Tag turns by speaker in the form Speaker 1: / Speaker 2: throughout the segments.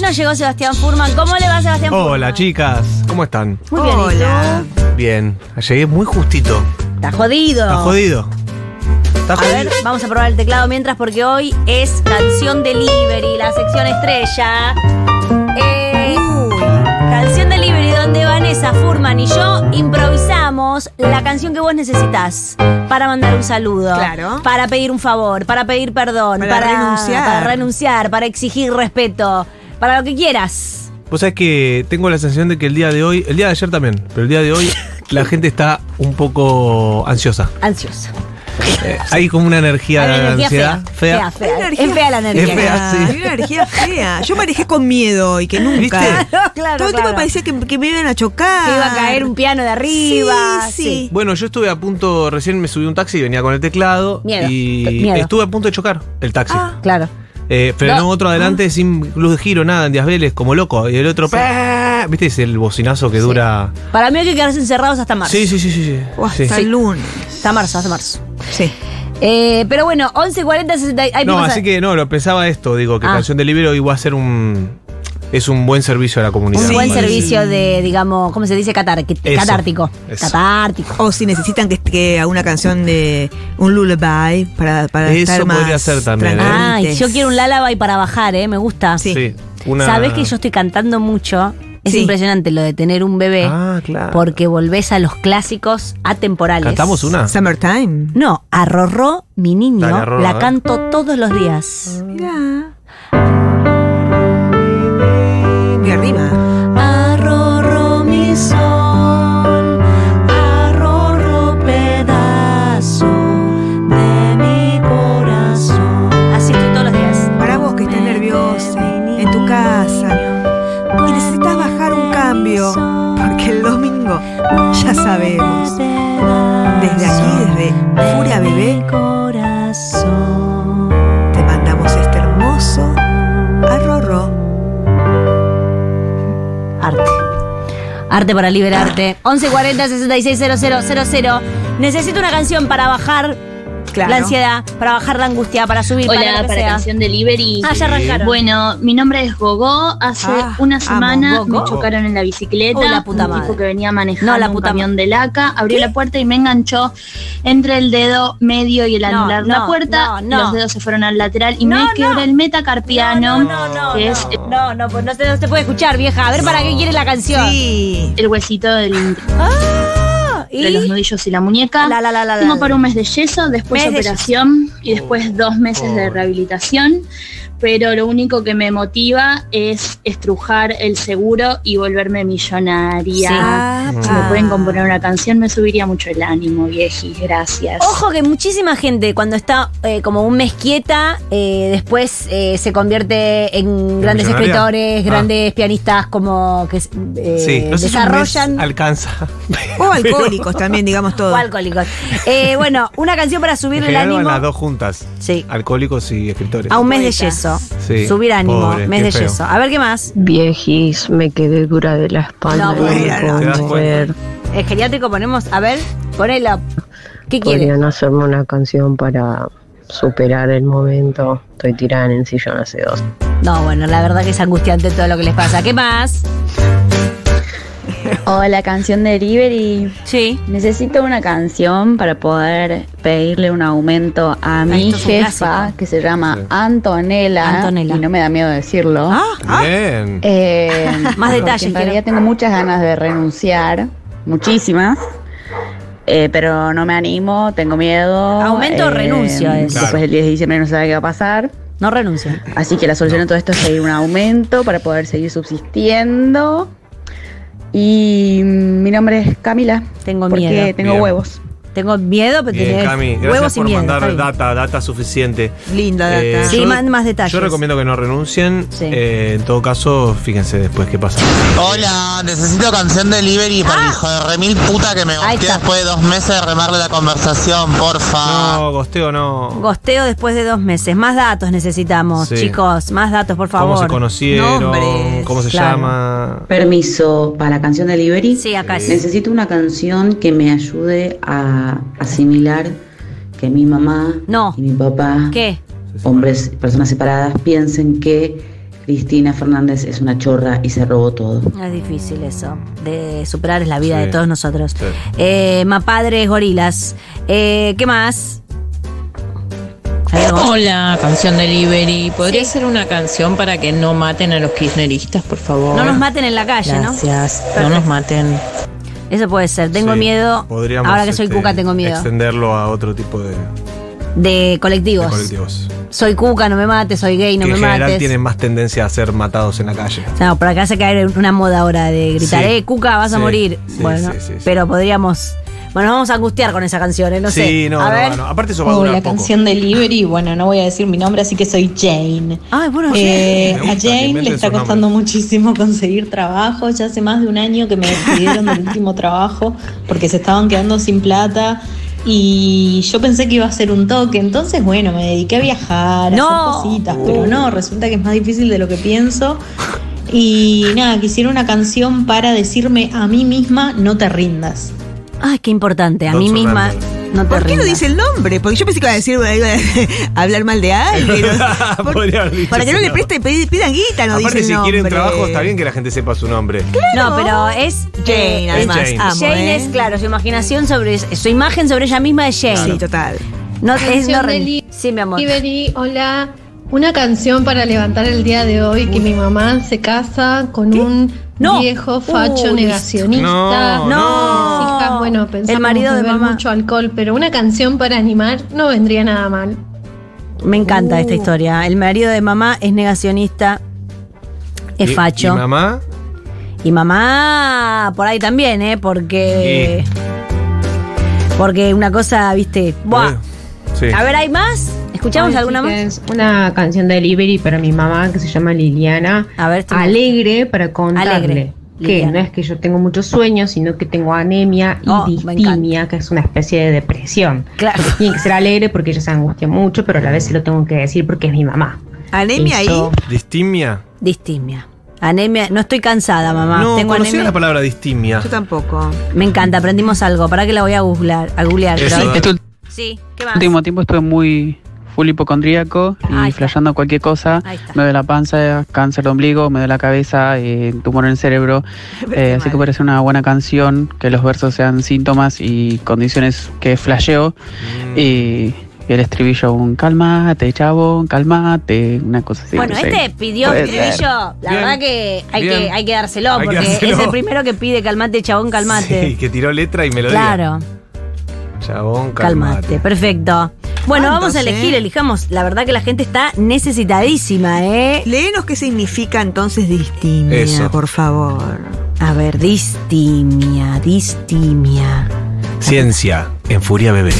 Speaker 1: nos llegó Sebastián Furman. ¿Cómo le va Sebastián Furman?
Speaker 2: Hola, chicas. ¿Cómo están?
Speaker 1: Muy bien, ¿y tú?
Speaker 3: Hola.
Speaker 2: Bien. Llegué muy justito.
Speaker 1: Está jodido.
Speaker 2: Está jodido. Está
Speaker 1: A ver,
Speaker 2: jodido.
Speaker 1: vamos a probar el teclado mientras porque hoy es canción delivery, la sección estrella. Eh, canción delivery donde Vanessa Furman y yo improvisamos la canción que vos necesitas para mandar un saludo,
Speaker 3: Claro.
Speaker 1: para pedir un favor, para pedir perdón,
Speaker 3: Para renunciar.
Speaker 1: para renunciar, para exigir respeto, para lo que quieras.
Speaker 2: Vos sabés que tengo la sensación de que el día de hoy, el día de ayer también, pero el día de hoy la gente está un poco ansiosa.
Speaker 1: Ansiosa.
Speaker 2: Eh, hay como una energía
Speaker 1: Hay
Speaker 2: de
Speaker 1: una energía
Speaker 2: ansiedad
Speaker 1: fea, fea, fea.
Speaker 3: Hay una
Speaker 1: Es fea la energía.
Speaker 2: Es fea, sí.
Speaker 3: Hay una energía fea. Yo manejé con miedo y que nunca.
Speaker 2: ¿Viste?
Speaker 1: Claro, claro,
Speaker 3: Todo el tiempo
Speaker 1: claro.
Speaker 3: parecía que, que me iban a chocar.
Speaker 1: Que iba a caer un piano de arriba.
Speaker 3: Sí, sí.
Speaker 2: Bueno, yo estuve a punto, recién me subí a un taxi, venía con el teclado
Speaker 1: Miedo,
Speaker 2: y
Speaker 1: miedo.
Speaker 2: estuve a punto de chocar el taxi.
Speaker 3: Ah.
Speaker 1: Claro.
Speaker 2: Eh, frenó
Speaker 1: No. Ah.
Speaker 2: otro adelante sin luz de giro, nada, en Díaz Vélez, como loco. Y el otro, ¡pah! ¿viste? Es el bocinazo que dura.
Speaker 1: Para mí hay que quedarse encerrados hasta marzo.
Speaker 2: Sí, sí, sí, sí. sí.
Speaker 3: O hasta
Speaker 2: Sí.
Speaker 3: el lunes.
Speaker 1: Hasta marzo, hasta marzo.
Speaker 3: Sí.
Speaker 1: Eh, pero bueno, 11, 40, 60. Ahí
Speaker 2: No,
Speaker 1: podemos-
Speaker 2: así que no, lo pensaba esto, digo, que
Speaker 1: Eh, Ah.
Speaker 2: Canción del Libro iba a ser un. Es un buen servicio a la comunidad.
Speaker 1: Un
Speaker 2: me
Speaker 1: buen
Speaker 3: Sí.
Speaker 2: parece.
Speaker 1: servicio de, digamos, ¿cómo se dice? Catar-
Speaker 2: Eso,
Speaker 1: catártico.
Speaker 2: eso.
Speaker 1: Catártico.
Speaker 3: O si necesitan que, que haga una canción de un lullaby para, para
Speaker 2: Eso
Speaker 3: estar más
Speaker 2: podría ser también, ¿eh?
Speaker 1: Ay,
Speaker 3: tranquilites.
Speaker 1: yo quiero un lullaby para bajar, ¿eh? Me gusta.
Speaker 3: Sí.
Speaker 2: Sí. una-
Speaker 1: Sabés que yo estoy cantando mucho. Es
Speaker 3: Sí.
Speaker 1: impresionante lo de tener un bebé.
Speaker 2: Ah, claro.
Speaker 1: Porque volvés a los clásicos atemporales.
Speaker 2: ¿Cantamos una?
Speaker 3: Summertime.
Speaker 1: No, a Rorró, mi niño,
Speaker 2: Dale, a Rorró, a
Speaker 1: la
Speaker 2: ver.
Speaker 1: canto todos los días.
Speaker 3: Mira. Y arriba.
Speaker 1: Arrorro mi sol, arrorro pedazo de mi corazón. Así estoy todos los días.
Speaker 3: Para vos que estás nerviosa en tu casa y necesitas bajar un cambio, porque el domingo ya sabemos. Desde aquí, desde Furia Bebé,
Speaker 1: corazón.
Speaker 3: te mandamos este hermoso arrorro.
Speaker 1: Arte. Arte para liberarte.
Speaker 4: Ah.
Speaker 1: 1140 660000. Necesito una canción para bajar
Speaker 3: Claro.
Speaker 1: la ansiedad, para bajar la angustia, para subir
Speaker 4: Hola,
Speaker 1: para
Speaker 4: para,
Speaker 1: lo que sea.
Speaker 4: Canción Delivery.
Speaker 1: Ah, ya arrancaron.
Speaker 4: Bueno, mi nombre es Gogó. Hace
Speaker 3: Ah,
Speaker 4: una
Speaker 3: amo,
Speaker 4: semana
Speaker 1: Gogó.
Speaker 4: me chocaron en la bicicleta.
Speaker 1: Oh, la puta
Speaker 4: un
Speaker 1: madre.
Speaker 4: tipo que venía manejando
Speaker 1: No, la puta
Speaker 4: un camión de laca. Abrió la puerta y me enganchó entre el dedo medio y el
Speaker 1: No,
Speaker 4: anular de
Speaker 1: no,
Speaker 4: la puerta.
Speaker 1: no, no.
Speaker 4: Los dedos se fueron al lateral y
Speaker 1: No,
Speaker 4: me quebró
Speaker 1: no.
Speaker 4: el metacarpiano,
Speaker 1: No, no, no.
Speaker 4: que
Speaker 1: No,
Speaker 4: es
Speaker 1: no, no, pues no se, no se puede escuchar, vieja. A ver para qué quiere la canción.
Speaker 3: Sí.
Speaker 4: el huesito del-
Speaker 1: Ah,
Speaker 4: de los
Speaker 1: y.
Speaker 4: nudillos y la muñeca.
Speaker 1: La, la, la, la, la.
Speaker 4: Tengo para un mes de yeso, después
Speaker 1: Mes de
Speaker 4: operación y después dos meses de rehabilitación. Pero lo único que me motiva es estrujar el seguro y volverme millonaria.
Speaker 1: Ah,
Speaker 4: Si me pueden componer una canción, me subiría mucho el ánimo, viejis. Gracias.
Speaker 1: Ojo que muchísima gente cuando está eh, como un mes quieta, eh, después eh, se convierte en grandes
Speaker 2: millonaria?
Speaker 1: escritores,
Speaker 2: Ah.
Speaker 1: grandes pianistas, como que eh,
Speaker 2: Sí, no sé si un mes
Speaker 1: desarrollan.
Speaker 2: alcanza.
Speaker 3: O alcohólicos también, digamos todo.
Speaker 1: o alcohólicos. Eh, bueno, una canción para
Speaker 2: En
Speaker 1: subirle el
Speaker 2: general van
Speaker 1: ánimo
Speaker 2: las dos juntas.
Speaker 1: Sí.
Speaker 2: Alcohólicos y escritores.
Speaker 1: a un mes de yeso.
Speaker 2: Sí,
Speaker 1: Subir ánimo,
Speaker 2: pobre,
Speaker 1: mes
Speaker 2: qué
Speaker 1: de
Speaker 2: feo.
Speaker 1: yeso. A ver qué más.
Speaker 5: Viejis, me quedé dura de la espalda.
Speaker 1: No,
Speaker 5: y
Speaker 3: bueno,
Speaker 5: me puedo
Speaker 2: ¿te das
Speaker 5: mover.
Speaker 1: El geriátrico ponemos, a ver, ponela. ¿Qué quiere?
Speaker 5: Podrían hacerme una canción para superar el momento. Estoy tirada en el sillón hace dos.
Speaker 1: No, bueno, la verdad que es angustiante todo lo que les pasa. ¿Qué más?
Speaker 6: Hola, canción delivery.
Speaker 1: Sí.
Speaker 6: Necesito una canción para poder pedirle un aumento a mi
Speaker 1: esto es un
Speaker 6: jefa,
Speaker 1: clásico.
Speaker 6: que se llama
Speaker 2: Sí.
Speaker 6: Antonella,
Speaker 1: Antonella.
Speaker 6: Y no me da miedo decirlo.
Speaker 2: Bien.
Speaker 6: Eh,
Speaker 1: Ah. Más
Speaker 6: porque
Speaker 1: detalles
Speaker 6: En
Speaker 1: quiero.
Speaker 6: realidad tengo muchas ganas de renunciar, muchísimas. eh, pero no me animo, tengo miedo. Eh,
Speaker 1: Aumento o renuncio es.
Speaker 2: Claro.
Speaker 6: Después del 10 de diciembre no sabe qué va a pasar.
Speaker 1: No renuncio.
Speaker 6: Así que la solución a todo esto es pedir un aumento para poder seguir subsistiendo. Y mm, mi nombre es Camila.
Speaker 1: Tengo
Speaker 6: porque
Speaker 1: miedo.
Speaker 6: tengo
Speaker 2: Bien.
Speaker 6: huevos.
Speaker 1: Tengo miedo, pero
Speaker 2: Bien,
Speaker 1: tenés
Speaker 2: Cami. Gracias
Speaker 1: huevos y
Speaker 2: por
Speaker 1: miedo. está
Speaker 2: mandar
Speaker 1: bien.
Speaker 2: data, data suficiente.
Speaker 3: Linda data.
Speaker 2: Eh,
Speaker 1: Sí,
Speaker 2: yo-
Speaker 1: man- más detalles.
Speaker 2: Yo recomiendo que no renuncien.
Speaker 1: Sí.
Speaker 2: Eh, en todo caso, fíjense después qué pasa.
Speaker 7: Hola, necesito canción delivery para el hijo de remil puta que me
Speaker 1: Ah. Ahí
Speaker 7: guste
Speaker 1: está.
Speaker 7: después de dos meses de remarle la conversación,
Speaker 1: Ah.
Speaker 7: porfa.
Speaker 2: No, gosteo no.
Speaker 1: Gosteo después de dos meses. Más datos necesitamos,
Speaker 2: Sí.
Speaker 1: chicos. Más datos, por favor.
Speaker 2: ¿Cómo se conocieron?
Speaker 3: Nombres,
Speaker 2: ¿Cómo se
Speaker 1: claro.
Speaker 2: llama?
Speaker 8: Permiso para la canción delivery.
Speaker 1: Sí, acá es.
Speaker 8: Necesito una canción que me ayude a asimilar que mi mamá
Speaker 1: No.
Speaker 8: y mi papá,
Speaker 1: ¿Qué?
Speaker 8: hombres, personas separadas, piensen que Cristina Fernández es una chorra y se robó todo.
Speaker 1: Es difícil eso. De superar es la vida
Speaker 2: Sí.
Speaker 1: de todos nosotros.
Speaker 2: Sí.
Speaker 1: Eh, Mapadres, gorilas. Eh, ¿Qué más? ¿Hay algo?
Speaker 9: Hola, canción delivery. ¿Podría
Speaker 1: Sí.
Speaker 9: ser una canción para que no maten a los kirchneristas, por favor?
Speaker 1: No nos maten en la calle, ¿no?
Speaker 9: Gracias.
Speaker 1: Perfecto.
Speaker 9: No nos maten.
Speaker 1: Eso puede ser. Tengo
Speaker 2: Sí,
Speaker 1: miedo.
Speaker 2: podríamos,
Speaker 1: Ahora que soy
Speaker 2: este,
Speaker 1: cuca, tengo miedo.
Speaker 2: Extenderlo a otro tipo de, de
Speaker 1: De colectivos.
Speaker 2: colectivos.
Speaker 1: Soy cuca, no me mates. Soy gay, no
Speaker 2: que en
Speaker 1: me
Speaker 2: general
Speaker 1: mates.
Speaker 2: tienen más tendencia a ser matados en la calle.
Speaker 1: No, por acá se cae una moda ahora de gritar,
Speaker 2: Sí.
Speaker 1: eh, cuca, vas a
Speaker 2: Sí,
Speaker 1: morir.
Speaker 2: sí,
Speaker 1: bueno,
Speaker 2: sí, sí, sí.
Speaker 1: pero podríamos. Bueno, nos vamos a angustiar con esa canción, ¿eh? No sé.
Speaker 2: sí, no,
Speaker 1: a
Speaker 2: no,
Speaker 1: ver.
Speaker 2: no. Aparte eso va a durar poco.
Speaker 9: delivery. Bueno, no voy a decir mi nombre, así que soy Jane.
Speaker 1: Ay, bueno,
Speaker 9: Eh,
Speaker 2: Me gusta
Speaker 9: a
Speaker 2: que
Speaker 9: Jane le
Speaker 2: inventen
Speaker 9: está
Speaker 2: sus
Speaker 9: costando muchísimo conseguir trabajo. Ya hace más de un año que me despidieron del último trabajo porque se estaban quedando sin plata. Y yo pensé que iba a ser un toque, entonces bueno, me dediqué a viajar, a
Speaker 1: No.
Speaker 9: hacer cositas, pero no, resulta que es más difícil de lo que pienso. Y nada, quisiera una canción para decirme a mí misma, no te rindas.
Speaker 1: Ay, qué importante. A
Speaker 2: Don't
Speaker 1: mí misma
Speaker 2: surrender.
Speaker 1: no te
Speaker 3: ¿Por qué no
Speaker 1: rindas.
Speaker 3: dice el nombre? Porque yo pensé que iba a decir iba a hablar mal de alguien. Por-
Speaker 2: Podría haber dicho
Speaker 3: para que no
Speaker 2: eso.
Speaker 3: le presten, pedi- pidan guita, no dice
Speaker 2: Aparte,
Speaker 3: el
Speaker 2: si
Speaker 3: nombre.
Speaker 2: quieren trabajo, está bien que la gente sepa su nombre.
Speaker 1: No, pero es
Speaker 3: Jane,
Speaker 1: eh,
Speaker 3: además.
Speaker 2: Jane.
Speaker 3: Amo,
Speaker 1: Jane
Speaker 3: ¿eh?
Speaker 1: es, claro, su imaginación sobre. Su imagen sobre ella misma es Jane.
Speaker 3: Sí, total.
Speaker 1: No es no
Speaker 10: Canción de Lee.
Speaker 1: Sí, mi amor.
Speaker 10: Iberi, hola. Una canción para levantar el día de hoy que mi mamá se casa con un
Speaker 1: No.
Speaker 10: viejo facho
Speaker 1: Uh,
Speaker 10: negacionista.
Speaker 2: No,
Speaker 1: no.
Speaker 10: Las hijas, bueno, pensamos
Speaker 1: El marido de
Speaker 10: beber
Speaker 1: mamá.
Speaker 10: mucho alcohol, pero una canción para animar no vendría nada mal.
Speaker 1: Me encanta esta historia. El marido de mamá es negacionista. Es
Speaker 2: Y-
Speaker 1: facho.
Speaker 2: Y, mamá,
Speaker 1: Y mamá, por ahí también, ¿eh? Porque. Porque una cosa, viste. Buah.
Speaker 2: sí.
Speaker 1: A ver, ¿hay más? ¿Escuchamos
Speaker 10: Hola,
Speaker 1: alguna más?
Speaker 10: chicas.
Speaker 5: Una canción de delivery para mi mamá que se llama Liliana.
Speaker 1: A ver, estoy-
Speaker 5: Alegre para contarle
Speaker 1: Alegre,
Speaker 5: que
Speaker 1: Liliana.
Speaker 5: no es que yo tengo muchos sueños, sino que tengo anemia y
Speaker 1: Oh, me
Speaker 5: distimia, que es una especie de depresión.
Speaker 1: Claro.
Speaker 5: Pero tiene que ser alegre porque ella se angustia mucho, pero a la vez se lo tengo que decir porque es mi mamá.
Speaker 3: Anemia ahí.
Speaker 5: Listo.
Speaker 2: ¿Distimia?
Speaker 1: Distimia. Anemia. No estoy cansada, mamá.
Speaker 2: no,
Speaker 1: Tengo
Speaker 2: conocía
Speaker 1: anemia.
Speaker 2: la palabra distimia.
Speaker 3: Yo tampoco.
Speaker 1: Me encanta, aprendimos algo. ¿Para que la voy a googlear? A googlear
Speaker 2: Eso,
Speaker 1: pero-
Speaker 2: dale.
Speaker 11: Este
Speaker 1: Sí, ¿qué más?
Speaker 11: último tiempo estuve muy full hipocondríaco
Speaker 1: Ahí
Speaker 11: y
Speaker 1: está.
Speaker 11: flasheando cualquier cosa.
Speaker 1: Ahí está.
Speaker 11: Me duele la panza, cáncer de ombligo, me duele la cabeza, eh, tumor en el cerebro. Eh, así que parece una buena canción, que los versos sean síntomas y condiciones que flasheo.
Speaker 2: Mm.
Speaker 11: Y, y el estribillo, un calmate, chavo, calmate, una cosa así.
Speaker 1: Bueno,
Speaker 11: no sé.
Speaker 1: este pidió
Speaker 11: Puede
Speaker 1: estribillo.
Speaker 11: ser.
Speaker 1: La
Speaker 2: Bien,
Speaker 1: verdad que hay,
Speaker 2: bien.
Speaker 1: que hay que dárselo,
Speaker 2: Hay que
Speaker 1: porque es
Speaker 2: dárselo.
Speaker 1: el primero que pide calmate, chabón, calmate.
Speaker 2: Sí, que tiró letra y melodía.
Speaker 1: claro,
Speaker 2: Chabón,
Speaker 1: calmate.
Speaker 2: calmate.
Speaker 1: Perfecto. Bueno,
Speaker 3: ¿Cuántos,
Speaker 1: vamos a elegir,
Speaker 3: eh?
Speaker 1: elijamos. La verdad que la gente está necesitadísima, ¿eh?
Speaker 3: Léenos qué significa entonces distimia,
Speaker 2: Eso.
Speaker 3: por favor.
Speaker 1: A ver, distimia, distimia.
Speaker 2: Ciencia en Furia Bebé.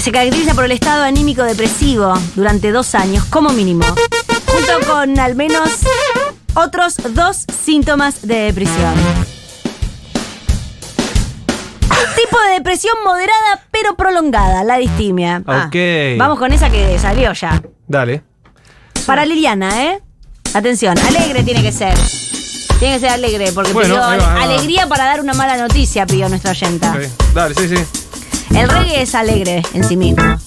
Speaker 1: Se caracteriza por el estado anímico depresivo durante dos años como mínimo, junto con al menos otros dos síntomas de depresión. Un tipo de depresión moderada pero prolongada, la distimia.
Speaker 2: Ah, Ok.
Speaker 1: Ah, Vamos con esa que salió ya.
Speaker 2: Dale.
Speaker 1: Para Liliana, ¿eh? Atención, alegre tiene que ser. Tiene que ser alegre, porque
Speaker 2: Bueno,
Speaker 1: pidió
Speaker 2: ahí va, ahí va.
Speaker 1: alegría para dar una mala noticia, pidió nuestra oyenta.
Speaker 2: Ok, Dale, sí, sí.
Speaker 1: El reggae es alegre en sí mismo.
Speaker 2: A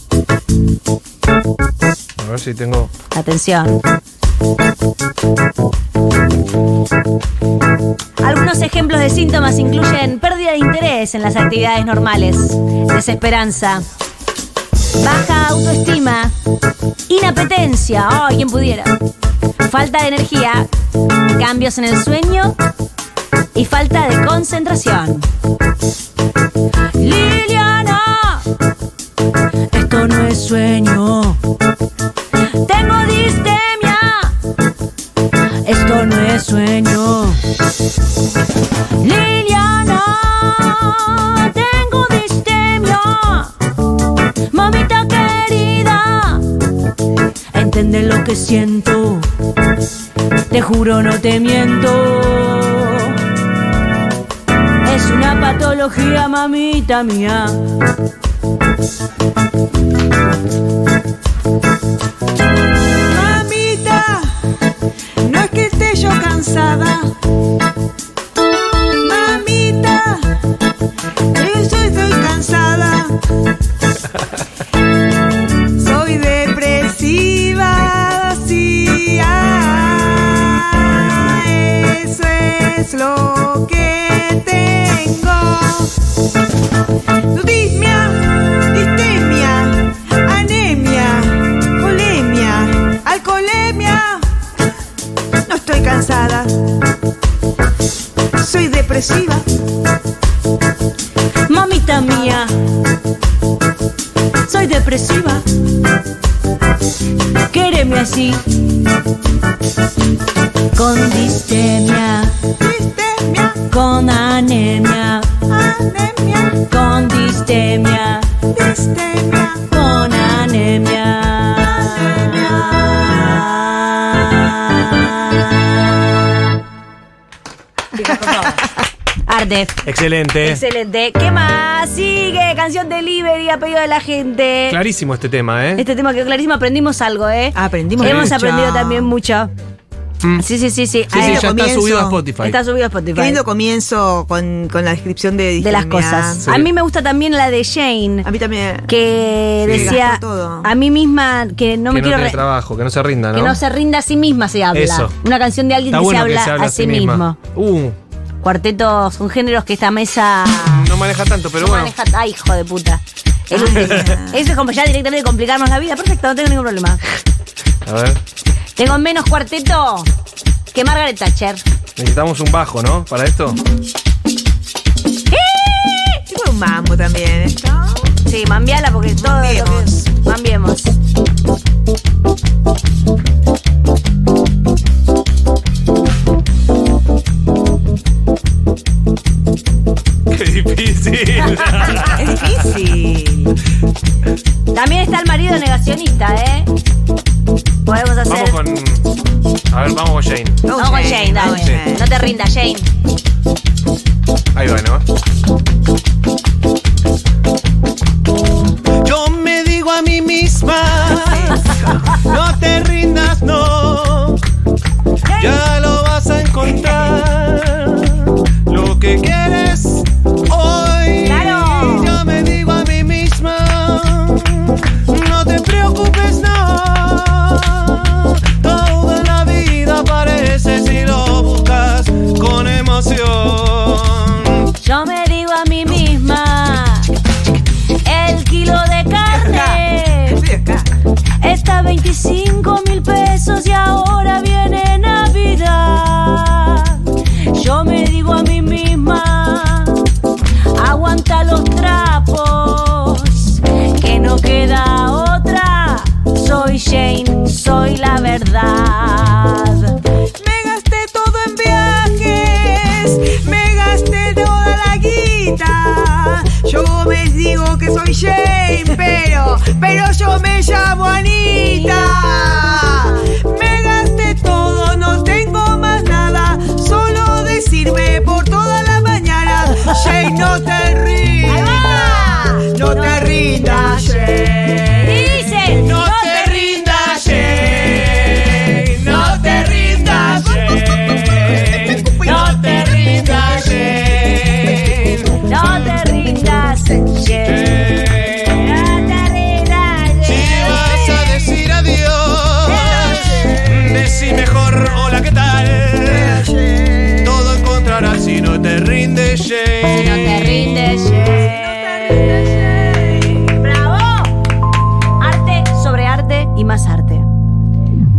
Speaker 2: ver si tengo.
Speaker 1: Atención. Algunos ejemplos de síntomas incluyen pérdida de interés en las actividades normales, desesperanza, baja autoestima, inapetencia, oh, quien pudiera, falta de energía, cambios en el sueño y falta de concentración. Liliana, esto no es sueño. Tengo distemia. Esto no es sueño. Liliana, tengo distemia. Mamita querida, entiende lo que siento. Te juro, no te miento. Es una patología, mamita mía.
Speaker 3: Mamita, no es que esté yo cansada. Mamita, yo ya estoy cansada. Soy depresiva, sí. ah, reciba.
Speaker 1: Mamita mía, soy depresiva. Quéreme así. Con distemia. Con anemia. Con distemia. Con anemia. Chicos, por favor. Arte.
Speaker 2: Excelente.
Speaker 1: Excelente. ¿Qué más? Sigue canción delivery a pedido de la gente.
Speaker 2: Clarísimo este tema, ¿eh?
Speaker 1: Este tema quedó clarísimo. Aprendimos algo, ¿eh?
Speaker 3: Aprendimos
Speaker 1: Hemos
Speaker 2: mucho.
Speaker 1: aprendido también mucho.
Speaker 2: Mm.
Speaker 1: Sí, sí, sí, sí.
Speaker 2: Sí, sí,
Speaker 1: Ahí
Speaker 2: ya
Speaker 1: lo
Speaker 2: está
Speaker 1: comienzo.
Speaker 2: subido a Spotify.
Speaker 1: Está subido a Spotify.
Speaker 3: Qué lindo comienzo con, con la descripción de
Speaker 1: de las
Speaker 3: discriminante.
Speaker 1: cosas.
Speaker 2: Sí.
Speaker 1: A mí me gusta también la de Shane,
Speaker 3: A mí también.
Speaker 1: que
Speaker 2: Sí.
Speaker 1: decía
Speaker 3: Gastó todo.
Speaker 1: a mí misma que no
Speaker 2: que
Speaker 1: me
Speaker 2: no
Speaker 1: quiero
Speaker 2: tiene
Speaker 1: re-
Speaker 2: trabajo, que no se rinda, ¿no?
Speaker 1: que no se rinda a sí misma se habla.
Speaker 2: Eso.
Speaker 1: Una canción de alguien
Speaker 2: Está
Speaker 1: que,
Speaker 2: bueno
Speaker 1: se
Speaker 2: que se habla
Speaker 1: a sí mismo.
Speaker 2: misma. Uh,
Speaker 1: Cuartetos son géneros que esta mesa
Speaker 2: no maneja tanto, pero
Speaker 1: no
Speaker 2: bueno.
Speaker 1: maneja. Ay, hijo de puta. El último. Eso es como ya directamente complicarnos la vida. Perfecto, no tengo ningún problema.
Speaker 2: A ver,
Speaker 1: Tengo menos cuarteto que Margaret Thatcher.
Speaker 2: necesitamos un bajo, ¿no? Para esto.
Speaker 3: Sí, fue un mambo también. ¿eh?
Speaker 1: Sí, mambiala porque todo
Speaker 3: Mambiemos.
Speaker 1: lo que- Mambiemos.
Speaker 2: Qué difícil.
Speaker 3: Es difícil.
Speaker 1: También está el marido negacionista, ¿eh? Podemos hacer.
Speaker 2: vamos con. A ver, vamos con Jane.
Speaker 1: Vamos con Jane, dale.
Speaker 3: Jane.
Speaker 1: No te rindas, Jane.
Speaker 2: Ahí va, ¿no? Yo me digo a mí misma, no te rindas, no. Ya lo vas a encontrar. Lo que quieres hoy.
Speaker 1: Claro.
Speaker 2: Yo me digo a mí misma, no te preocupes, no. Toda la vida aparece si lo buscas con emoción.
Speaker 1: Yo me digo a mí misma: el kilo de carne
Speaker 3: Estoy acá.
Speaker 1: está a 25 mil pesos y ahora viene Navidad. Yo me digo a mí misma: aguanta los trapos, que no queda otra. Soy Jane, soy la verdad.
Speaker 3: Me gasté todo en viajes, me gasté toda la guita. Yo me digo que soy Jane, pero, pero yo me llamo Anita. Me gasté todo, no tengo más nada, solo decirme por toda la mañana, Jane, no te rindas, no te rindas, Jane.
Speaker 1: Dice,
Speaker 3: No te rindas, Jane. No te rindas, Jane. No te rindas,
Speaker 1: eh.
Speaker 3: Jane.
Speaker 1: No te rindas, eh. Jane. No te rindas, eh.
Speaker 2: Si
Speaker 1: Jane.
Speaker 2: vas a decir adiós, decí mejor hola, ¿qué tal? Todo encontrarás si no te rindes,
Speaker 1: No te
Speaker 2: Jane.
Speaker 1: rindes, eh. Jane. eh. Bravo. Arte sobre arte y más arte.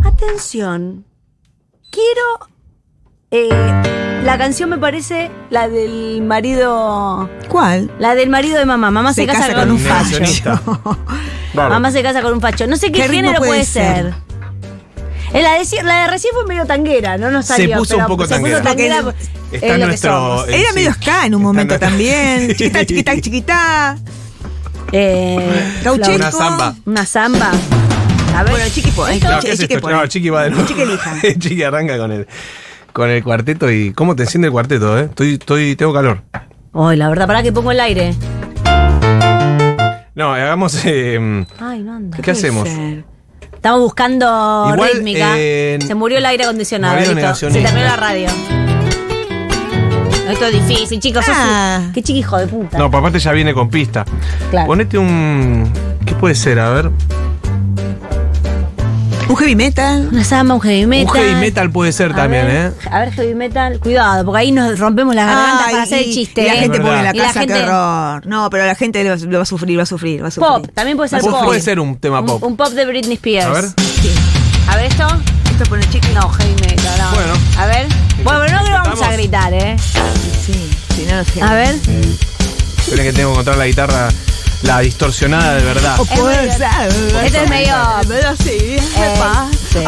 Speaker 1: Atención. Quiero... eh, la canción me parece la del marido...
Speaker 3: ¿Cuál?
Speaker 1: La del marido de mamá. Mamá se, casa, con un
Speaker 2: facho.
Speaker 1: facho.
Speaker 2: Negacionista. Vamos.
Speaker 1: Mamá se casa con un facho. No sé qué,
Speaker 3: ¿Qué ritmo
Speaker 1: género
Speaker 3: puede
Speaker 1: puede ser.
Speaker 3: ser?
Speaker 1: Eh, La de, ci- la de recién fue medio tanguera, no nos
Speaker 2: Se
Speaker 1: salió.
Speaker 2: puso un
Speaker 1: pero
Speaker 2: poco
Speaker 1: se
Speaker 2: tanguera.
Speaker 1: puso tanguera.
Speaker 3: Porque
Speaker 1: es
Speaker 2: está
Speaker 1: lo que
Speaker 2: nuestro-
Speaker 1: somos.
Speaker 2: Eh,
Speaker 3: Era
Speaker 2: sí.
Speaker 3: medio ska en
Speaker 2: Está
Speaker 3: un momento
Speaker 2: acá.
Speaker 3: también. Chiquita, chiquita, chiquita.
Speaker 1: Eh,
Speaker 3: Gauchesco.
Speaker 1: flauta.
Speaker 2: Una zamba.
Speaker 1: Una zamba. A ver.
Speaker 3: Bueno, chiqui, po- eh,
Speaker 2: No,
Speaker 3: chiqui-
Speaker 2: ¿qué es
Speaker 3: chiqui
Speaker 2: esto?
Speaker 3: pone.
Speaker 2: No, Chiqui va de nuevo.
Speaker 3: Chiqui elija.
Speaker 2: Chiqui arranca con el, con el cuarteto y. ¿Cómo te enciende el cuarteto, eh? Estoy, estoy, tengo calor.
Speaker 1: Ay, la verdad, pará que pongo el aire.
Speaker 2: No, hagamos. eh,
Speaker 1: Ay, no anda.
Speaker 2: ¿Qué hacemos?
Speaker 1: Estamos buscando
Speaker 2: Igual,
Speaker 1: rítmica.
Speaker 2: eh,
Speaker 1: Se murió el aire acondicionado.
Speaker 2: marido
Speaker 1: listo. Se
Speaker 2: negacionista.
Speaker 1: terminó la radio. Esto es difícil, chicos. sos
Speaker 3: Ah.
Speaker 1: un- Qué chiqui hijo de puta.
Speaker 2: No, papá te ya viene con pista.
Speaker 1: Claro.
Speaker 2: Ponete un. ¿Qué puede ser? A ver.
Speaker 3: Un heavy metal.
Speaker 1: Una zamba, un heavy metal.
Speaker 2: Un heavy metal puede ser
Speaker 1: A
Speaker 2: también,
Speaker 1: ver,
Speaker 2: ¿eh?
Speaker 1: A ver, heavy metal. Cuidado, porque ahí nos rompemos las gargantas
Speaker 3: Ay,
Speaker 1: para hacer el
Speaker 3: y-
Speaker 1: chiste.
Speaker 3: Y la
Speaker 1: ¿eh?
Speaker 3: gente
Speaker 2: Es
Speaker 3: pone en la
Speaker 1: Y la
Speaker 3: casa, qué
Speaker 1: gente-
Speaker 3: horror. No, pero la gente lo, lo va a sufrir, va a sufrir, va a sufrir.
Speaker 1: Pop, también puede ser
Speaker 2: Pu-
Speaker 1: pop.
Speaker 2: Puede ser un tema
Speaker 1: Un-
Speaker 2: pop.
Speaker 1: Un, pop de Britney Spears.
Speaker 2: A ver.
Speaker 1: A ver esto.
Speaker 3: esto con el chicle?
Speaker 1: No, Jaime, no.
Speaker 2: Bueno.
Speaker 1: A ver. Bueno, pero no que vamos a
Speaker 2: Estamos-
Speaker 1: gritar, ¿eh?
Speaker 3: Sí, si no, no sé.
Speaker 1: A ver.
Speaker 2: Esperen que tengo que encontrar la guitarra, la distorsionada de verdad.
Speaker 1: Oh.
Speaker 3: O Oh, puede ser.
Speaker 1: Este es medio.
Speaker 3: Pero sí,
Speaker 1: Eh,
Speaker 3: epa.
Speaker 1: sí.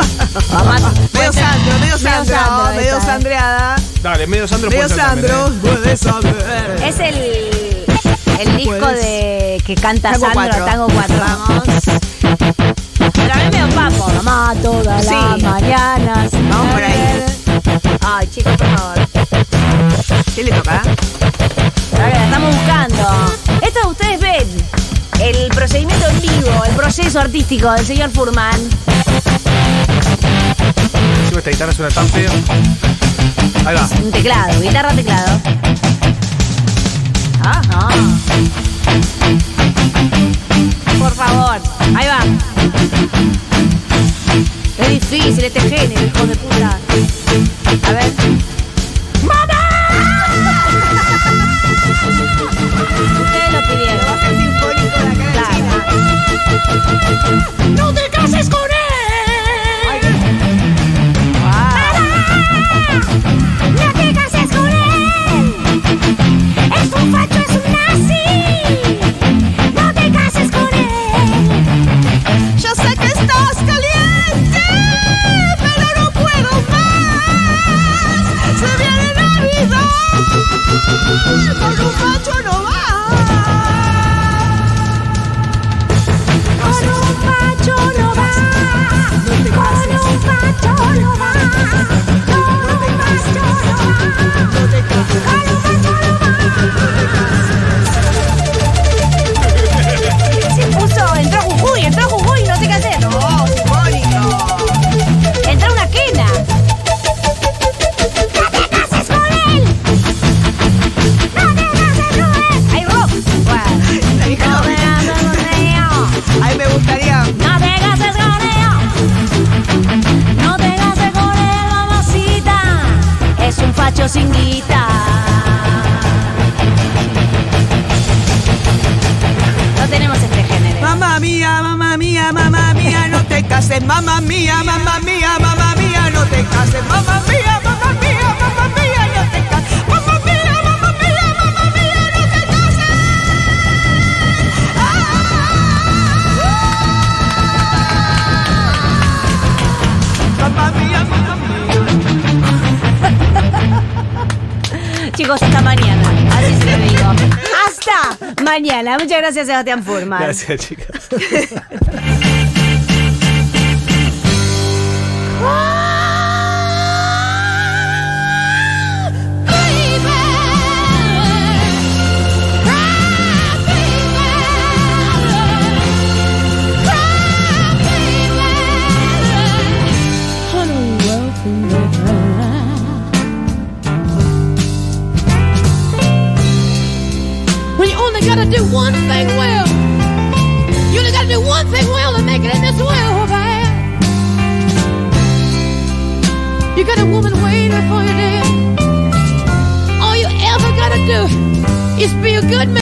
Speaker 1: Vamos a-
Speaker 3: Medio Sandro, medio Sandro,
Speaker 1: Sandro
Speaker 3: medio
Speaker 1: esta, eh.
Speaker 3: Sandreada.
Speaker 2: Dale, medio Sandro
Speaker 3: Medio
Speaker 2: puede ser también,
Speaker 3: Sandro,
Speaker 2: ¿eh?
Speaker 3: puede saber.
Speaker 1: Es el, el disco
Speaker 3: Pues,
Speaker 1: de que canta
Speaker 3: Tango
Speaker 1: Sandro,
Speaker 3: cuatro.
Speaker 1: Tango 4.
Speaker 3: Vamos.
Speaker 1: Pero a mí me papo. Mamá, todas
Speaker 3: Sí.
Speaker 1: las mañanas.
Speaker 3: Vamos por ahí.
Speaker 1: Ay, chicos, por favor.
Speaker 3: ¿Qué le toca?
Speaker 1: Ahora que la estamos buscando. Esto ustedes ven. El procedimiento en vivo, el proceso artístico del señor Furman.
Speaker 2: Encima ¿eh? esta guitarra suena tan feo. Ahí va.
Speaker 1: Un teclado, guitarra, teclado. Ah, Ajá. Por favor, ahí va. Es difícil este género, hijo de puta. A ver. ¡Mamá! Ustedes lo pidieron.
Speaker 3: Va a ser sinfónico la cara de China.
Speaker 1: ¡No te cases con él! ¡No te cases con él! ¡Es un facho, es un nazi! ¡No te cases con él!
Speaker 3: Yo sé que estás caliente, pero no puedo más. Se viene Navidad, con un macho no va. Con un macho no va. Con un macho no va. Con un macho no va. Con un macho no va.
Speaker 1: Se puso, entró Jujuy, entró Jujuy, no sé qué hacer.
Speaker 3: No, sinfónico.
Speaker 1: Entró una quena. ¡No te cases con él! ¡No te cases con él! ¡Ay, rock! Bueno.
Speaker 3: La hija
Speaker 1: ¡No te cases con
Speaker 3: no-
Speaker 1: él!
Speaker 3: Ay, me gustaría.
Speaker 1: No te cases con él. No te cases con él, mamacita. Es un facho sin guita. No tenemos este género.
Speaker 3: Mamá mía, mamá mía, mamá mía, no te cases. Mamá mía, mamá mía, mamá mía, no te cases. Mamá mía, mamá mía, mamá mía, no te cases. Mamá mía, mamá mía, mamá mía, no te cases. Ah. Mamá mía, mamá mía.
Speaker 1: Chicos, hasta mañana. Así se lo digo. Hasta mañana. Muchas gracias, Sebastián Furman.
Speaker 2: Gracias, chicas.
Speaker 12: When you only gotta do one thing well, you only gotta do one thing well to make it in this world, man. You got a woman waiting for you there. All you ever gotta do is be a good man.